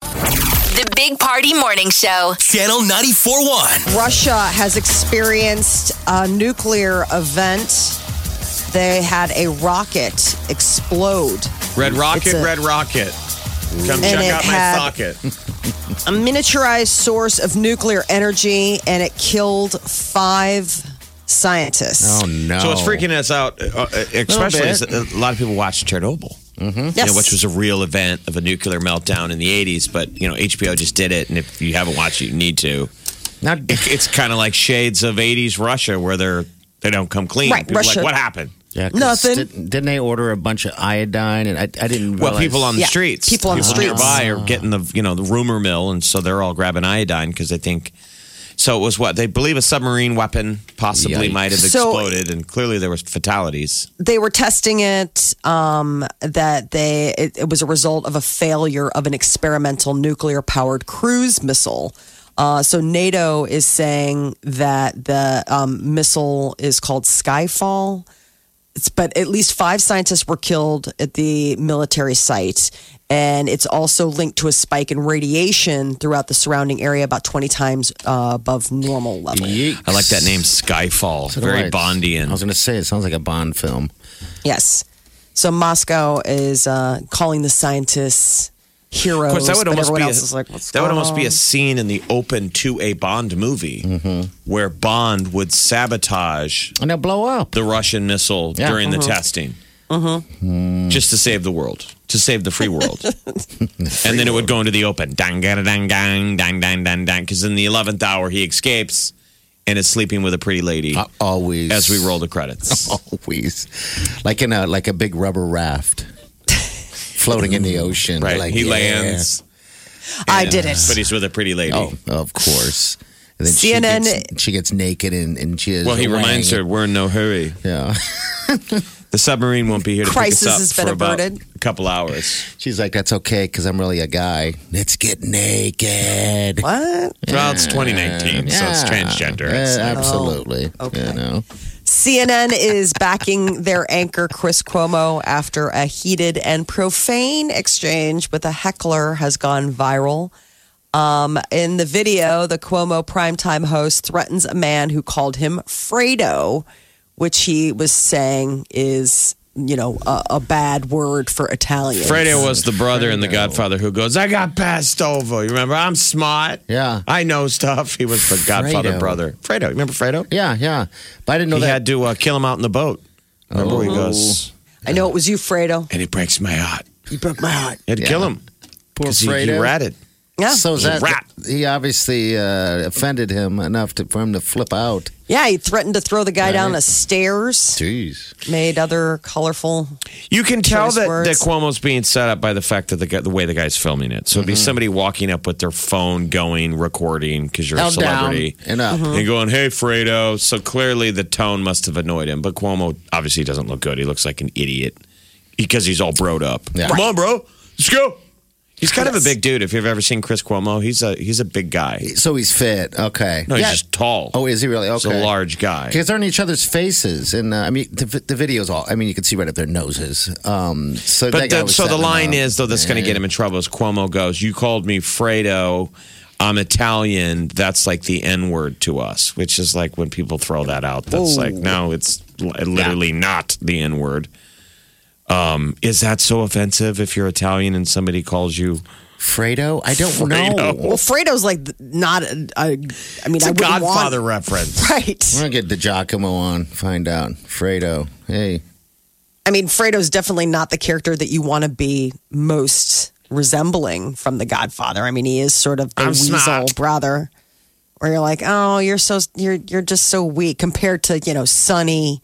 The Big Party Morning Show. Channel 94.1. Russia has experienced a nuclear event. They had a rocket explode. Red Rocket, It's a- Red Rocket. Come check it out my had- socket. A miniaturized source of nuclear energy, and it killed five Oh, scientists. no. So it's freaking us out, uh, uh, especially bit. as a lot of people watch Chernobyl, you know, which was a real event of a nuclear meltdown in the 80s. But, you know, HBO just did it. And if you haven't watched it, you need to. Not, It- It's kind of like shades of 80s Russia where they're, they don't come clean. Right, People are Russia. like, what happened? yeah, 'cause Nothing. Didn't, didn't they order a bunch of iodine? And I, I didn't. Well, realize- people on the Yeah, streets, people on the streets. nearby are getting the you know the rumor mill, and so they're all grabbing iodine because they think. So it was what they believe a submarine weapon possibly Yikes. might have So- exploded, and clearly there was fatalities. They were testing it. Um, that they it, it was a result of a failure of an experimental nuclear powered cruise missile. Uh, so NATO is saying that the um, missile is called Skyfall. It's, but at least five scientists were killed at the military site. And it's also linked to a spike in radiation throughout the surrounding area, about 20 times uh, above normal level. Yeeks. I like that name, Skyfall, So do very I. Bondian. I was going to say, it sounds like a Bond film. Yes. So Moscow is uh, calling the scientists heroes. of course, that would but almost everyone be a, else is like, What's that would going almost be a on?" Mm-hmm. scene in the open to a Bond movie where Bond would sabotage And they'll blow up. the Russian missile Yeah. during the Uh-huh. testing. Hmm. Just to save the world, to save the free world. and then it would go into the open. Dang, dang, dang, dang, dang, dang, dang, dang. Because in the 11th hour, he escapes and is sleeping with a pretty lady I always. as we roll the credits. Always. Like in a, like a big rubber raft floating in the ocean. right? Like, he yeah. lands. I and- did it. But he's with a pretty lady. Oh, of course. And then CNN She gets, she gets naked and, and she is. well, he reminds her, wang. we're in no hurry. Yeah. The submarine won't be here to Crisis pick us up has been for about averted. a couple hours. She's like, that's okay because I'm really a guy. Let's get naked. What? Well, it's 2019, so it's Yeah. transgender. Yeah, It's- absolutely. Oh, You know. CNN is backing their anchor Chris Cuomo after a heated and profane exchange with a heckler has gone viral. Um, in the video, the Cuomo primetime host threatens a man who called him Fredo, which he was saying is, you know, a, a bad word for Italian. Fredo was the brother in The Godfather who goes, I got passed over. You remember? I'm smart. Yeah. I know stuff. He was the Godfather Fredo. brother. Fredo. Remember Fredo? Yeah, yeah. But I didn't know he that. Oh. had to uh, kill him out in the boat. Remember he goes, I know it was you, Fredo. and it breaks my heart. you broke my heart. He had to kill him. Poor 'Cause he, he Fredo. ratted. Yeah. So is He that rat. he obviously uh, offended him enough to, for him to flip out. yeah, he threatened to throw the guy down the stairs, Jeez. made other colorful. You can tell Choice that, that words. Cuomo's being set up by the fact that the, guy, the way the guy's filming it. So it'd be Mm-hmm. somebody walking up with their phone going, recording, because you're a Held down celebrity. and up. and going, "Hey, Fredo." So clearly, the tone must have annoyed him. But Cuomo obviously doesn't look good. He looks like an idiot because he's all broed up. Yeah. Come on, bro, let's go. He's kind of a big dude. If you've ever seen Chris Cuomo, he's a he's a big guy. So he's fit. Okay. No, he's Yeah. just tall. Oh, is he really? He's Okay. a large guy. Because they're in each other's faces, and uh, I mean the, the videos all. I mean you can see right up their noses. Um, so that But guy the, was so the setting line him up. is though that's going to get him in trouble. Is Cuomo goes, "You called me Fredo." I'm Italian. That's like the N word to us, which is like when people throw that out. That's like no, it's li- literally not the N word. Um, is that so offensive if you're Italian and somebody calls you? Fredo. I don't know. Well, Fredo's like not. A, a, I mean, It's I a wouldn't Godfather want, reference. right? We're gonna get DiGiacomo on. Find out. Fredo. Hey. I mean, Fredo's definitely not the character that you want to be most resembling from The Godfather. I mean, he is sort of the I'm weasel smart. brother, where you're like, oh, you're so you're you're just so weak compared to you know Sonny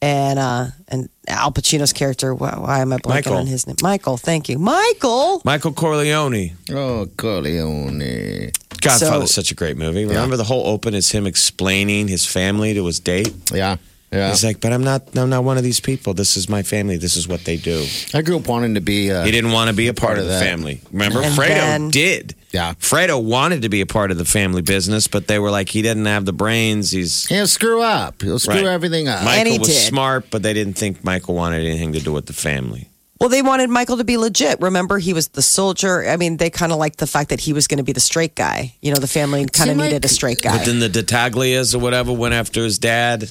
and uh, and Al Pacino's character. Why, why am I blanking Michael. on his name? Michael. Thank you, Michael. Michael Corleone. Oh, Corleone. Godfather is So- such a great movie. Remember the whole open is him explaining his family to his date. Yeah. Yeah. He's like, but I'm not. I'm not one of these people. This is my family. This is what they do. I grew up wanting to be. Uh, He didn't want to be a Part part, of of the that. family. Remember, And Fredo then- did. Yeah. Fredo wanted to be a part of the family business, but they were like, he doesn't have the brains. He's He'll screw up. He'll screw Right. everything up. And Michael he was did. smart, but they didn't think Michael wanted anything to do with the family. Well, they wanted Michael to be legit. Remember, he was the soldier. I mean, they kind of liked the fact that he was going to be the straight guy. You know, the family kind of Mike- needed a straight guy. But then the Ditaglias or whatever went after his dad.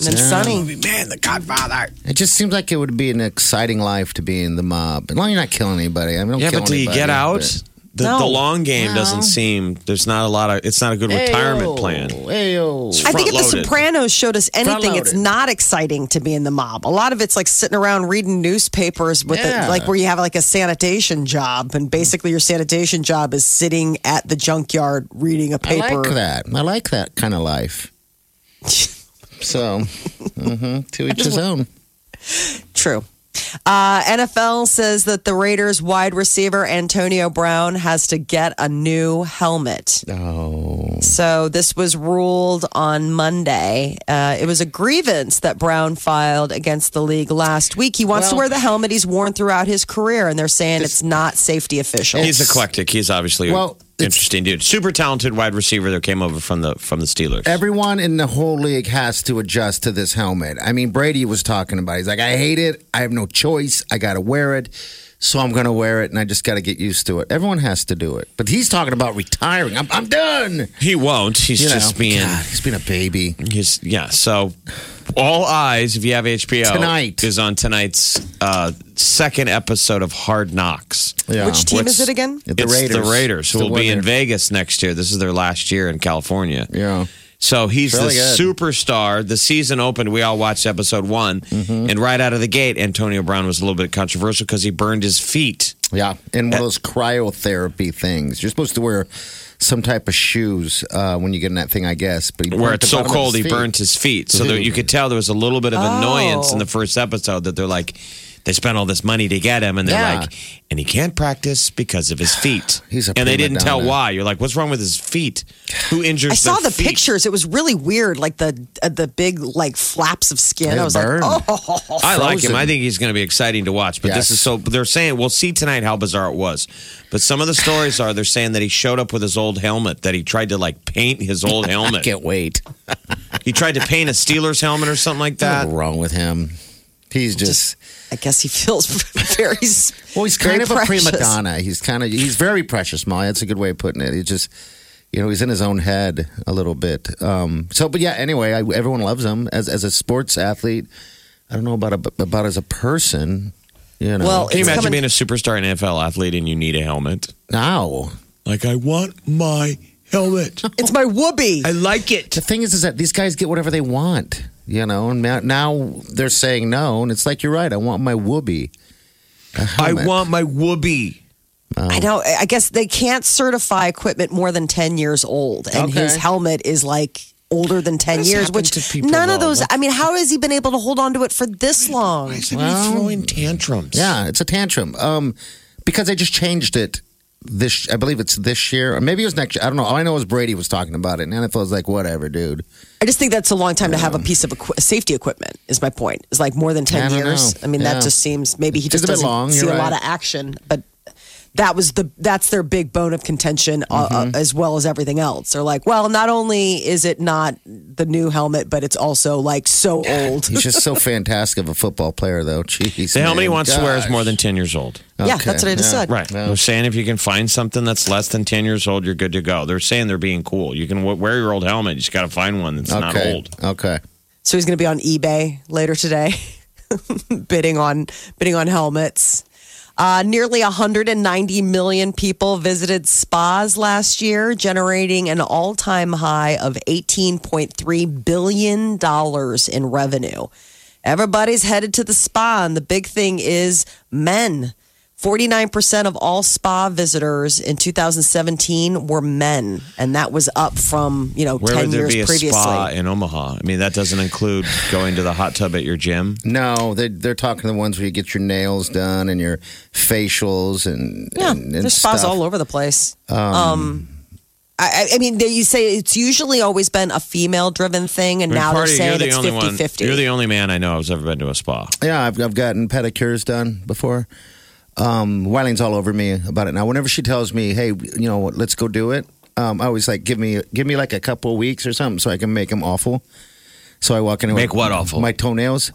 and then Sonny. Man, the Godfather. It just seems like it would be an exciting life to be in the mob. As long as you're not killing anybody. I mean, don't Yeah, kill but do you anybody, get out? but- The, the No. long game doesn't seem. There's not a lot of. It's not a good retirement Ayo. plan. Ayo. I think if The front-loaded. Sopranos showed us anything, it's Front-loaded. not exciting to be in the mob. A lot of it's like sitting around reading newspapers with Yeah. it, like where you have like a sanitation job, and basically your sanitation job is sitting at the junkyard reading a I paper. like that. I like that kind of life. So, mhm, to each his own. True. Uh, NFL says that the Raiders wide receiver Antonio Brown has to get a new helmet. Oh. So this was ruled on Monday. Uh, it was a grievance that Brown filed against the league last week. He wants to wear Well- the helmet he's worn throughout his career, and they're saying it's not safety official. He's eclectic. He's obviously Well, an it's- interesting dude. Super talented wide receiver that came over from the from the Steelers. Everyone in the whole league has to adjust to this helmet. I mean, Brady was talking about. It. He's like, I hate it. I have no choice. I got to wear it, so I'm going to wear it, and I just got to get used to it. Everyone has to do it. But he's talking about retiring. I'm, I'm done. he won't. He's You just know, being. God, he's being a baby. He's yeah. So all eyes, if you have HBO, Tonight. is on tonight's uh, second episode of Hard Knocks. Yeah. Which team What's- is it again? The it's Raiders. the Raiders who The will be in winner. Vegas next year. This is their last year in California. Yeah. So he's Really the good. superstar. The season opened. We all watched episode one, Mm-hmm. and right out of the gate, Antonio Brown was a little bit controversial because he burned his feet. Yeah, and one of those cryotherapy things. You're supposed to wear some type of shoes uh, when you get in that thing, I guess. But he where burnt the it's so bottom of cold his he feet. Oh. burnt his feet. So there, you could tell there was a little bit of annoyance in the first episode that they're like, they spent all this money to get him, and they're Yeah. like, and he can't practice because of his feet. He's a and prima they didn't tell donna. why. You're like, what's wrong with his feet? Who injures? I saw the their feet? pictures. It was really weird, like the uh, the big like flaps of skin. They I was burn. like, oh, I like him. Frozen. I think he's going to be exciting to watch. But Yes. this is so. They're saying we'll see tonight how bizarre it was. But some of the stories are they're saying that he showed up with his old helmet that he tried to like paint his old helmet. Can't wait. he tried to paint a Steelers helmet or something like that. Nothing wrong with him. He's just I guess he feels very. well. He's kind very of a prima precious. donna. He's kind of he's very precious, Molly. That's a good way of putting it. He just you know he's in his own head a little bit. Um, so, but yeah. Anyway, I, everyone loves him as as a sports athlete. I don't know about a, about as a person. You know, Well, Can you It's imagine coming- being a superstar and NFL athlete and you need a helmet? now Like, I want my helmet. It's my whoopee. I like it. the thing is, is that these guys get whatever they want, you know, and now- now they're saying no, and it's like you're right. I want my whoopee. I want my whoopee. I know. I guess they can't certify equipment more than ten years old, and Okay. his helmet is like older than ten What has years. happened Which to people, none of though? those. I mean, how has he been able to hold on to it for this long? Well, throwing tantrums. Yeah, it's a tantrum. Um, because I just changed it this. I believe it's this year, or maybe it was next. year. I don't know. All I know is Brady was talking about it, and NFL was like, "Whatever, dude." I just think that's a long time to have a piece of equi- safety equipment. Is my point? Is like more than I ten don't years. know. I mean, that Yeah. just seems maybe he It's just a bit doesn't long, see you're a lot right. of action. But that was the that's their big bone of contention, uh, Mm-hmm. uh, as well as everything else. They're like, well, not only is it not the new helmet, but it's also like so old. He's just so fantastic of a football player, though. Jeez, The helmet he man. wants to wear is Gosh. more than 10 years old. Yeah, Okay, that's what I just yeah. said. Right. They're saying if you can find something that's less than 10 years old, you're good to go. They're saying they're being cool. You can w- wear your old helmet. You just got to find one that's not okay. old. Okay. So he's going to be on eBay later today, bidding on bidding on helmets. Uh, nearly 190 million people visited spas last year, generating an all-time high of 18.3 billion dollars in revenue. Everybody's headed to the spa, and the big thing is men. 49% of all spa visitors in 2017 were men, and that was up from, you know, Where 10 would there years be a previously. spa in Omaha? I mean, that doesn't include going to the hot tub at your gym. No, they, they're talking the ones where you get your nails done and your facials and Yeah, and, and there's spas stuff. all over the place. Um, I, I- I mean, they, you say it's usually always been a female-driven thing, and I mean, now they're Party, saying you're the it's only one. 50-50. You're the only man I know who's ever been to a spa. Yeah, I've, I've gotten pedicures done before. Um, Wiley's all over me about it now. Whenever she tells me, "Hey, you know, what, let's go do it," um, I always like give me give me like a couple of weeks or something so I can make them awful. So I walk in and Make what awful? My toenails,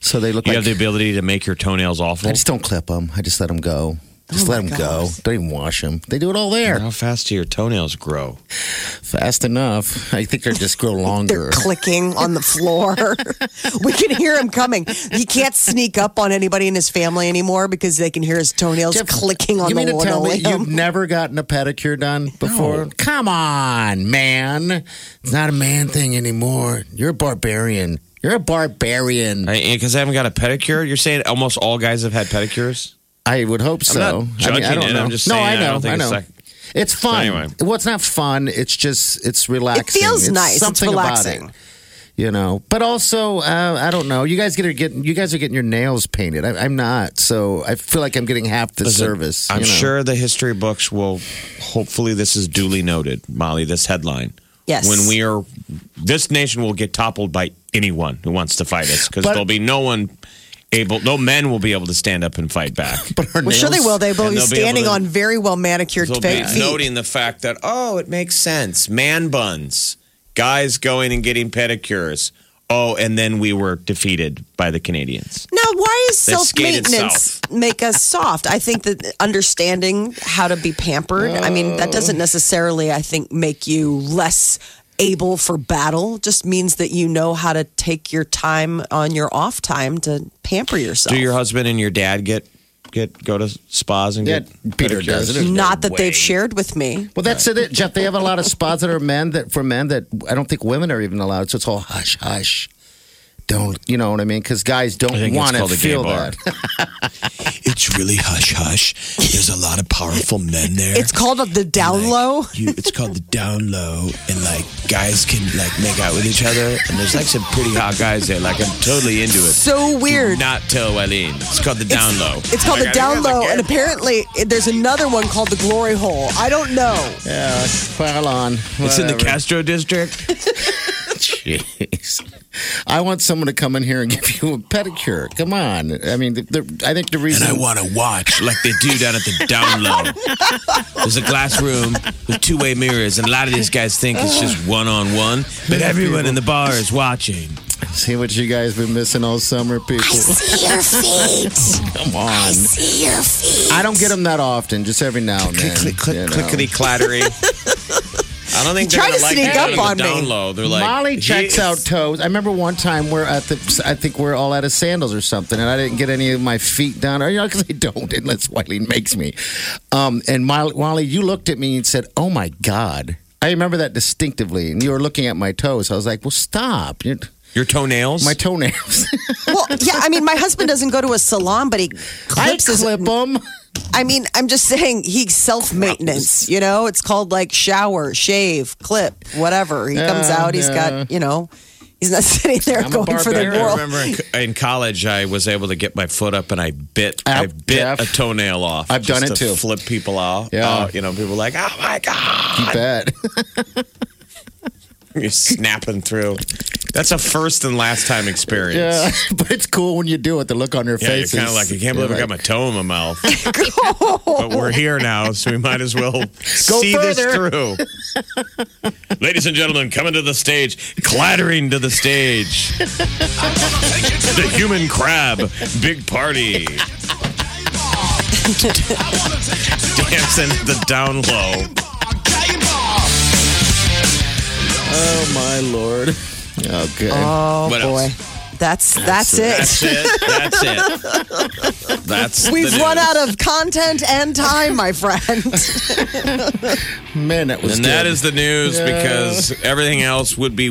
so they look You like have the ability to make your toenails awful. I just don't clip them. I just let them go. Just Oh let my them go. Don't even wash them. They do it all there. How fast do your toenails grow? Fast enough. I think they just grow They're longer. clicking on the floor. we can hear him coming. He can't sneak up on anybody in his family anymore because they can hear his toenails Jeff, clicking on you the mean to tell me linoleum. you've never gotten a pedicure done before? Come on, man. It's not a man thing anymore. You're a barbarian. You're a barbarian. I, Because I haven't got a pedicure. You're saying almost all guys have had pedicures. would hope so. not judging I, mean, I don't it. know. I'm just no, saying, I I know. don't think know. it's It's, like- fun. anyway. Well, it's not fun. It's just it's relaxing. feels It's nice. It's Something about relaxing. it. You know, but also uh, I don't know. You guys get are getting you guys are getting your nails painted. I, I'm not, so I feel like I'm getting half the Listen, service. I'm you know. sure the history books will. Hopefully, this is duly noted, Molly. This headline. Yes. When we are, this nation will get toppled by anyone who wants to fight us because But- there'll be no one able, no men will be able to stand up and fight back. But her well, sure they nails- will. They'll be And they'll be standing able to- on very well manicured They'll fe- be feet. noting the fact that oh, it makes sense. Man buns, guys going and getting pedicures. Oh, and then we were defeated by the Canadians. Now, why is They self skated maintenance make us soft? I think that understanding how to be pampered, I mean, that doesn't Uh. necessarily, I think, make you less able for battle. Just means that you know how to take your time on your off time to pamper yourself. Do your husband and your dad get get go to spas and Yeah, get Peter pedicures? does. There's Not no that way. they've shared with me. Well, that's it, Jeff. They have a lot of spas that are men that for men that I don't think women are even allowed. So it's all hush hush. Don't you know what I mean? Because guys I don't think it's want to called a gay feel bar. that. It's really hush hush. There's a lot of powerful men there. It's called the down low. you, it's called the down low, and like guys can like make out with each other. And there's like some pretty hot guys there. Like I'm totally into it. So weird. Not tell Eileen. It's called the down low. Oh It's called the down low, and apparently it- there's another one called the glory hole. I don't know. yeah, pile on. It's in the whatever. Castro district. Jeez. I want someone to come in here and give you a pedicure. Come on. I mean, the, the, I think the And reason I want to watch. like they do down at the down low. There's a glass room with two way mirrors, and a lot of these guys think it's just one on one, but everyone in the bar is watching. see what you guys been missing all summer, people. See your feet. Come on. See your feet. I don't get them that often. Just every now and then. Click, you click, know. clickety clattery. I don't think You they're try gonna to like sneak that up on the me. down low. They're like Molly he checks is- out toes. I remember one time we're at the, I think we're all out of sandals or something, and I didn't get any of my feet down. Or, you know, because I don't, unless Wiley makes me. Um, and Molly, Molly, you looked at me and said, "Oh my God." I remember that distinctively, and you were looking at my toes. I was like, "Well, stop! You're, your toenails. my toenails. Well, yeah, I mean, my husband doesn't go to a salon, but he I clips his clip them." I mean, I'm just saying he self maintenance. You know, it's called like shower, shave, clip, whatever. He comes Yeah, out. He's got you know, he's not sitting there I'm a going for the barbarian. I world. remember in, co- in college, I was able to get my foot up and I bit, I Yep, bit yep. a toenail off. I've done just it to too. Flip people off. Yeah. you know, people were like, oh my god, You bet. you're snapping through. That's a first and last time experience. yeah, but it's cool when you do it. The look on your Yeah, face. you're kind of like, I can't believe I got my toe in my mouth. but we're here now, so we might as well see this further. through. Ladies and gentlemen, coming to the stage, clattering to the stage. the human crab, big party. Dancing at the down low. Oh my lord. Okay. Oh What boy, else? that's that's, it. That's it. That's it. That's the We've news. run out of content and time, my friend. Man, that was. And that good. is the news Yeah. because everything else would be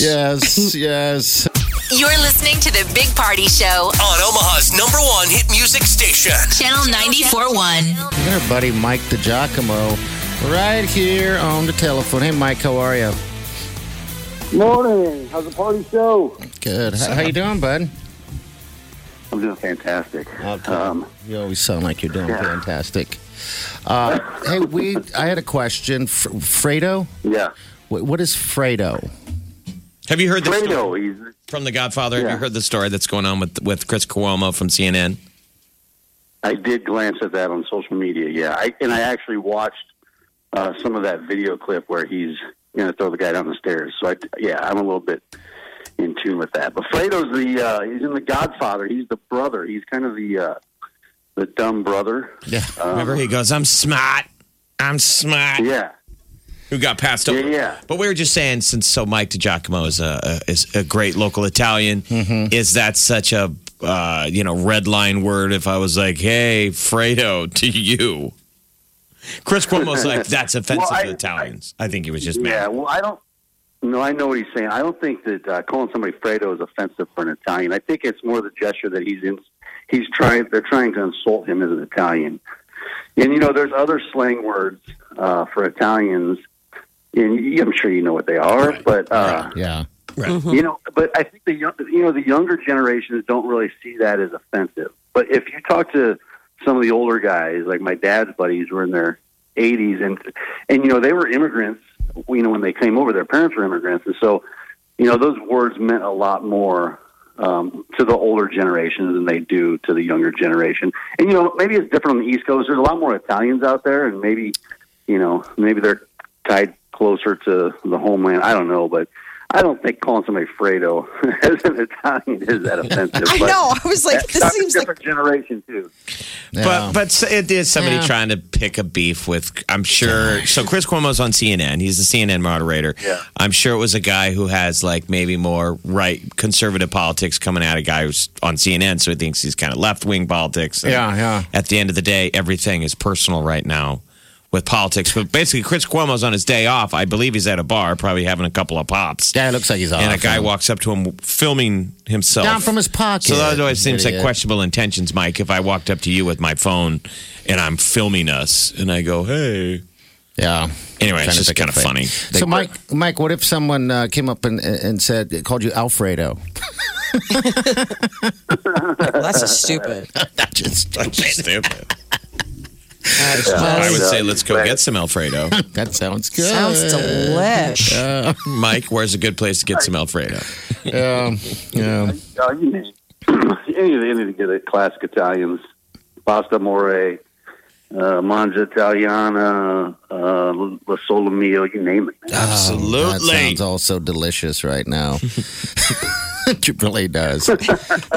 Yes. Yes. You're listening to the Big Party Show, On Omaha's number one hit music station. Channel 94.1. Look at our buddy Mike DiGiacomo right here on the telephone. Hey, Mike, how are you? Morning. How's the party show? Good. How, how you doing, bud? I'm doing fantastic. Um, You always sound like you're doing fantastic. Uh, hey, we. I had a question. F- Fredo? yeah. Wh- What is Fredo? Have you heard the story Fredo, he's from The Godfather? Have Yeah. you heard the story that's going on with with Chris Cuomo from CNN? I did glance at that on social media. Yeah, I, and I actually watched uh, some of that video clip where he's going to throw the guy down the stairs. So I, yeah, I'm a little bit in tune with that. But Fredo's the uh, he's in the Godfather. He's the brother. He's kind of the uh, the dumb brother. Yeah. Remember, he goes, "I'm smart, I'm smart." Uh-huh. Yeah, Who got passed over? Yeah, yeah. But we were just saying, since so Mike DiGiacomo is a, a is a great local Italian, is that such a uh, you know red line word? If I was like, "Hey, Fredo," to you, Chris Cuomo's like, "That's offensive Well, I- to Italians." I, think he was just yeah. mad. Well, I don't. No, I know what he's saying. I don't think that uh, calling somebody Fredo is offensive for an Italian. I think it's more the gesture that he's in. He's trying. They're trying to insult him as an Italian. And you know, there's other slang words uh, for Italians, and you- I'm sure you know what they are. But uh, Yeah. you know, but I think the young, you know the younger generations don't really see that as offensive. But if you talk to some of the older guys, like my dad's buddies, were in their 80s, and and you know they were immigrants. You know, when they came over, their parents were immigrants, and so you know those words meant a lot more um, to the older generation than they do to the younger generation. And you know, maybe it's different on the East Coast. There's a lot more Italians out there, and maybe you know maybe they're tied closer to the homeland. I don't know, but I don't think calling somebody Fredo as an Italian is that offensive. I but know. I was like, that's this not seems a like different generation too. Yeah. But but it is somebody Yeah. trying to pick a beef with. I'm sure. So Chris Cuomo's on CNN. He's the CNN moderator. Yeah. I'm sure it was a guy who has like maybe more right conservative politics coming out of guy who's on CNN, so he thinks he's kind of left wing politics. And Yeah, yeah. At the end of the day, everything is personal right now with politics. But basically, Chris Cuomo's on his day off. I believe he's at a bar, probably having a couple of pops. yeah, it looks like he's off. And a guy walks up to him, filming himself down from his pocket. so that always seems like Idiot. questionable intentions, Mike. If I walked up to you with my phone and I'm filming us, and I go, "Hey," Yeah. anyway, Trying it's to just pick a kind of fight. funny. So, Mike, Mike, what if someone uh, came up and, and said, called you Alfredo? that's just stupid. That just, stupid. I would say let's go get some Alfredo. that sounds good. Sounds delish. Mike, where's a good place to get some Alfredo? Oh, Yeah, yeah. Uh, you name any of the, any of the classic Italians, pasta more, uh, mangia italiana, uh, la sola mio, you name it. That Absolutely. sounds also delicious right now. it really does.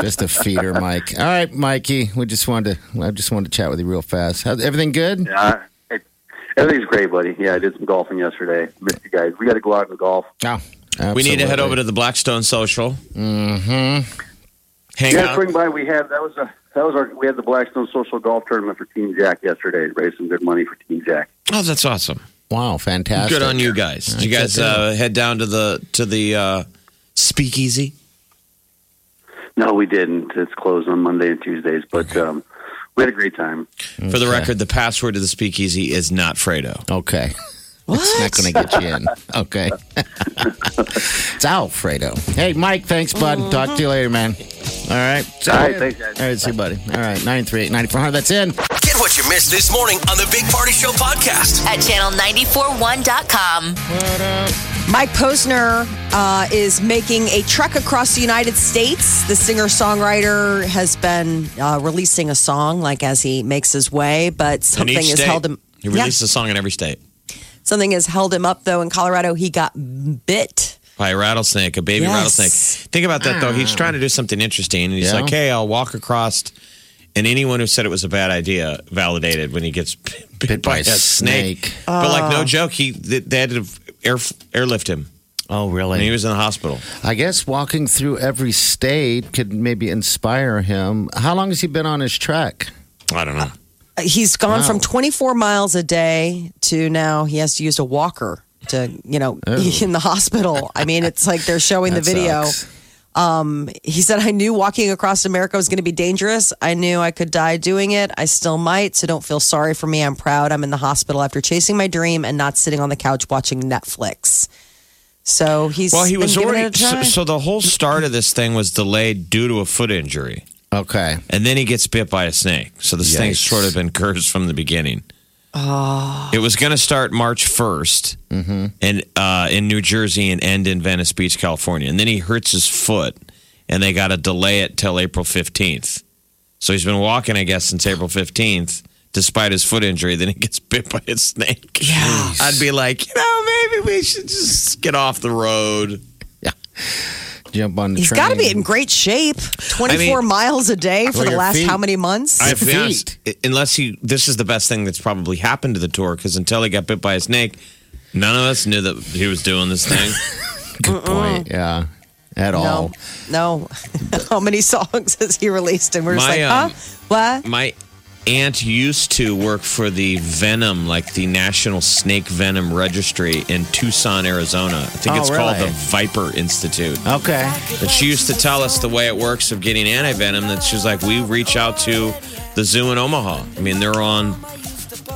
just a feeder, Mike. All right, Mikey. We just wanted to. I just wanted to chat with you real fast. How's, everything good? Yeah, it, everything's great, buddy. Yeah, I did some golfing yesterday. Missed you guys. We got to go out and golf. Yeah. we need to head over to the Blackstone Social. Mm-hmm. Hang yeah, out. swing by. We had that was a that was our we had the Blackstone Social Golf Tournament for Team Jack yesterday. Raised some good money for Team Jack. Oh, that's awesome. Wow, fantastic. Good on you guys. Did you guys uh, head down to the to the uh, speakeasy? No, we didn't. It's closed on Monday and Tuesdays, but um, we had a great time. For the Okay. record, the password to the speakeasy is not Fredo. Okay. It's not going to get you in. Okay. it's Alfredo. Hey, Mike, thanks, bud. Talk to you later, man. All right. Mm-hmm. All right, thanks, guys. All right, see you, buddy. All right, 938 9400. That's in. Get what you missed this morning on the Big Party Show podcast. At channel941.com. Mike Posner uh, is making a trek across the United States. The singer songwriter has been uh, releasing a song, like as he makes his way, but In something each has state, held him. He Yeah. released a song in every state. Something has held him up, though. In Colorado, he got bit. By a rattlesnake, a baby Yes. rattlesnake. Think about that though. He's trying to do something interesting, and he's Yeah. like, "Hey, I'll walk across." And anyone who said it was a bad idea validated when he gets bit, Bit by by, a a snake. snake. But like no joke, he they, they had to air, airlift him, Oh, and he really? was in the hospital. I guess walking through every state could maybe inspire him. How long has he been on his track? I don't know. He's gone Wow. from 24 miles a day to now he has to use a walker to, you know, in the hospital. I mean, it's like they're showing the That video sucks. Um, he said, I knew walking across America was going to be dangerous. I knew I could die doing it. I still might. So don't feel sorry for me. I'm proud. I'm in the hospital after chasing my dream and not sitting on the couch watching Netflix. So he's Well, he was been giving already. it a So, try. so the whole start of this thing was delayed due to a foot injury, Okay. and then he gets bit by a snake. So this thing's Yikes. sort of been cursed from the beginning. Oh. It was going to start March 1st and, uh, in New Jersey and end in Venice Beach, California. And then he hurts his foot, and they got to delay it till April 15th. So he's been walking, I guess, since April 15th, despite his foot injury. Then he gets bit by a snake. Yeah. I'd be like, you know, maybe we should just get off the road. Jump on the He's train. got to be in great shape. 24 I mean- miles a day for Well, the your last feet. how many months? I have to be Feet. honest, i- unless he, this is the best thing that's probably happened to the tour because until he got bit by a snake, none of us knew that he was doing this thing. Good point. Yeah. At all. no, no. how many songs has he released? And we're just My, like, um, huh? What? My aunt used to work for the Venom, like the National Snake Venom Registry in Tucson, Arizona. I think Oh, it's called really? Oh, the Viper Institute. Okay. And she used to tell us the way it works of getting antivenom that she's like, we reach out to the zoo in Omaha. I mean, they're on,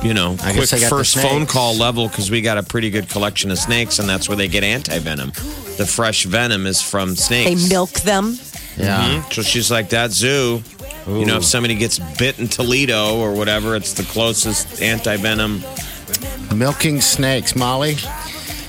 you know, I quick guess I got the first phone snakes. call level because we got a pretty good collection of snakes, and that's where they get antivenom. The fresh venom is from They snakes. Mm-hmm. milk them. Yeah. So she's like, that zoo, you know, if somebody gets bit in Toledo or whatever, it's the closest antivenom. Mm-hmm. Milking snakes, Molly.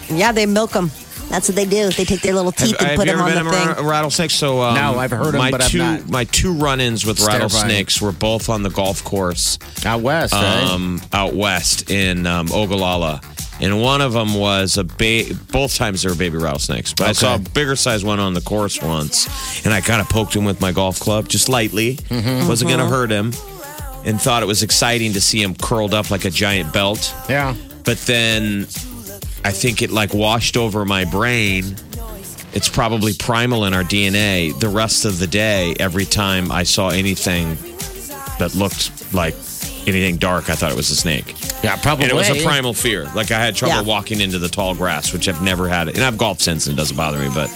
Yeah, they milk them. That's what they do. They take their little teeth have and put you them ever on been the thing. around a rattlesnake? So um, No, I've heard 'em, my but I've two, not. My two run-ins with Terrifying. rattlesnakes were both on the golf course. Out west, right? um, out west in um, Ogallala. And one of them was a ba- both times they were baby rattlesnakes. But I Okay. saw a bigger size one on the course once, and I kind of poked him with my golf club just lightly. Mm-hmm. Wasn't going to hurt him, and thought it was exciting to see him curled up like a giant belt. Yeah. But then I think it like washed over my brain. It's probably primal in our DNA. The rest of the day, every time I saw anything that looked like anything dark, I thought it was a snake. Yeah, probably. And it was a primal fear. Like I had trouble Yeah. walking into the tall grass, which I've never had. And I've golfed since and it doesn't bother me, but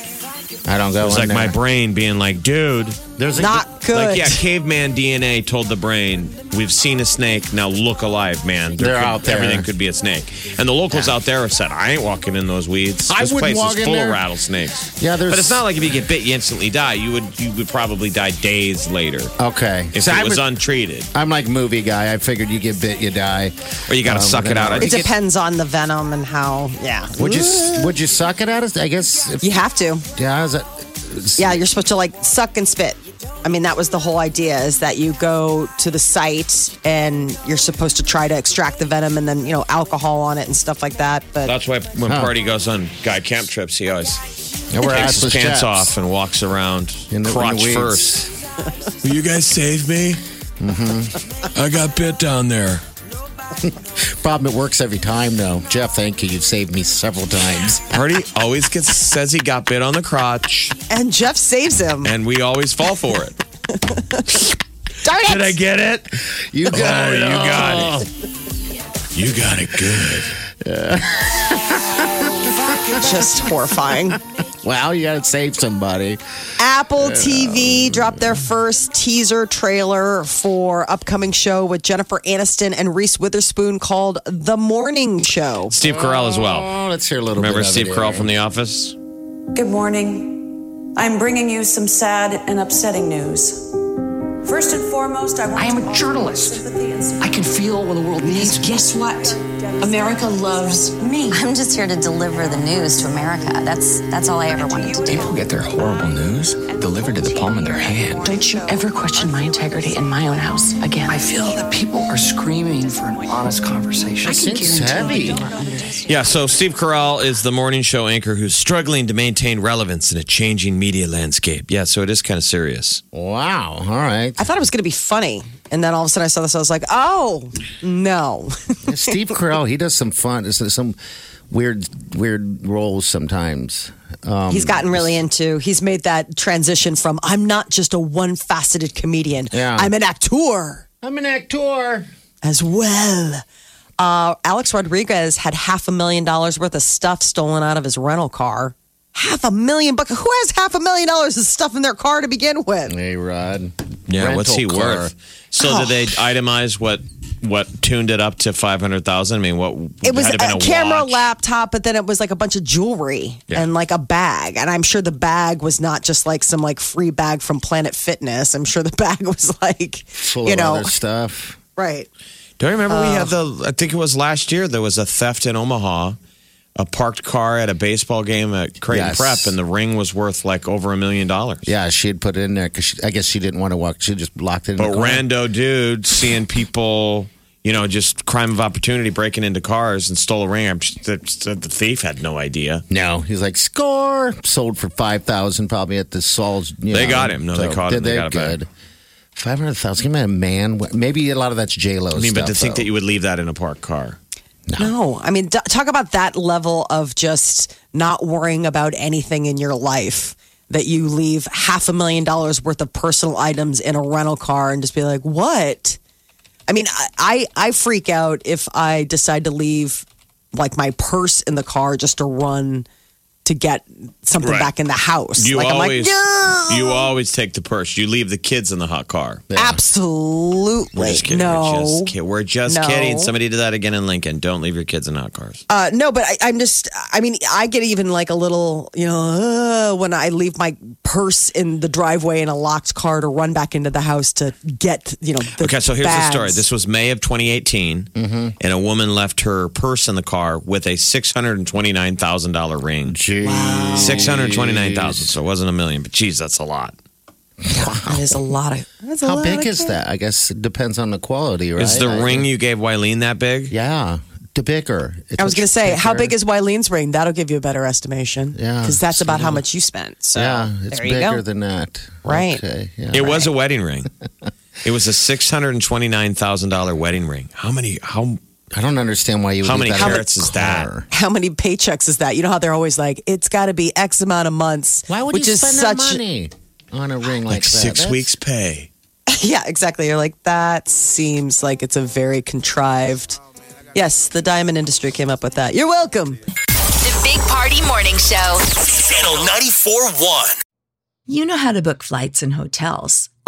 I don't go it's in like my Oh, there. brain being like, dude. There's a, Not good. Like, yeah, caveman DNA told the brain, we've seen a snake, now look alive, man. They're could- out there. Everything could be a snake. And the locals out there have said, I ain't walking in those weeds. I this wouldn't place walk is in full there." of rattlesnakes. Yeah, there's. But it's not like if you get bit, you instantly die. You would you would probably die days later Okay. if So it I'm- was untreated. I'm like movie guy. I figured you get bit, you die. Or you got to Um, suck it out. I It think it- depends on the venom and how. Yeah. Would you would you suck it out? I guess. If, You have to. yeah. Is it, Yeah, you're supposed to like suck and spit. I mean, that was the whole idea is that you go to the site and you're supposed to try to extract the venom and then, you know, alcohol on it and stuff like that. But That's why when Huh. Party goes on guy camp trips, he always yeah, we're takes his assless pants chaps. off and walks around In the- in the crotch weeds. first. Will you guys save me? Mm-hmm. I got bit down there. Problem, it works every time though. Jeff, thank you. You've saved me several times. Party always gets says he got bit on the crotch, and Jeff saves him. and we always fall for it. Darn it! Oh. Did I get it? You got Oh, it. you got it. You got it good. Just horrifying. Wow, you got to save somebody. Apple TV dropped their first teaser trailer for upcoming show with Jennifer Aniston and Reese Witherspoon called The Morning Show. Steve Carell as well. Oh, let's hear a little Remember bit. of Steve it Carell here. from The Office? Good morning. I'm bringing you some sad and upsetting news. First and foremost, I want I am to a journalist. sympathy and I can feel what the world needs. guess what? America loves me. I'm just here to deliver the news to America. That's that's all I ever wanted to do. People get their horrible news delivered to the palm of their hand. Don't you ever question my integrity in my own house again. I feel that people are screaming for an honest conversation. It's heavy. Yeah, so Steve Carell is the morning show anchor who's struggling to maintain relevance in a changing media landscape. Yeah, so it is kind of serious. Wow. All right. I thought it was going to be funny. And then all of a sudden I saw this. I was like, oh, no. Steve Carell, he does some fun, s- some weird, weird roles sometimes. Um, he's gotten really into, he's made that transition from I'm not just a one faceted comedian, Yeah. I'm an actor I'm an actor. as well. Uh, Alex Rodriguez had half a million dollars worth of stuff stolen out of his rental car. half a million bucks. Who has half a million dollars of stuff in their car to begin with? Hey, Rod. Yeah, Rental what's he car. worth? So Oh. did they itemize what what tuned it up to five hundred thousand? I mean, what It was had a been a camera, watch. laptop, but then it was like a bunch of jewelry Yeah. and like a bag. And I'm sure the bag was not just like some like free bag from Planet Fitness. I'm sure the bag was like, Full you of know, other stuff. right. Do I remember we had Um, the? I think it was last year. There was a theft in Omaha, a parked car at a baseball game at Creighton Yes. Prep, and the ring was worth like over a million dollars. Yeah, she had put it in there because I guess she didn't want to walk. She just locked it in But the car. rando dude seeing people, you know, just crime of opportunity breaking into cars and stole a ring. I'm, the, the thief had no idea. No, he's like score. Sold for five thousand, probably at the Saul's. You They know, got him. No, they caught him. They They're got it back. good. Five hundred thousand. Can you imagine, man? Maybe a lot of that's J Lo. I mean, but to think that you would leave that in a parked car. No, I mean, d- talk about that level of just not worrying about anything in your life that you leave half a million dollars worth of personal items in a rental car and just be like, what? I mean, I, I, I freak out if I decide to leave like my purse in the car just to run to get something Right. back in the house. You like, I'm like, always no. you always take the purse. You leave the kids in the hot car. Absolutely. We're just kidding. No. We're just, kid- we're just No. kidding. Somebody did that again in Lincoln. Don't leave your kids in hot cars. Uh, no, but I, I'm just, I mean, I get even like a little, you know, uh, when I leave my purse in the driveway in a locked car to run back into the house to get, you know, the Okay, so here's bags. the story. This was May of 2018, Mm-hmm. and a woman left her purse in the car with a $629,000 ring. Jeez. 629,000. So it wasn't a million, but geez, that's a lot. That is a lot of, that's a How lot big of is cash. that? I guess it depends on the quality, right? Is the I- ring you gave Wileen that big? Yeah, the bigger. It's I was much going to say, how bigger. big is Wylene's ring? That'll give you a better estimation. Yeah. Because that's about how much you spent. So Yeah, it's there you bigger go. than that. Right. Okay. Yeah. It was a wedding ring. it was a $629,000 wedding ring. How many? How I don't understand why you. Would How leave many that in a carats is that? car. how many paychecks is that? You know how they're always like, it's got to be X amount of months. Why would which you is spend such, that money on a ring like, like that? six That's- weeks' pay. Yeah, exactly. You're like, that seems like it's a very contrived. Yes, the diamond industry came up with that. You're welcome. The Big Party Morning Show. Channel 94.1. You know how to book flights and hotels.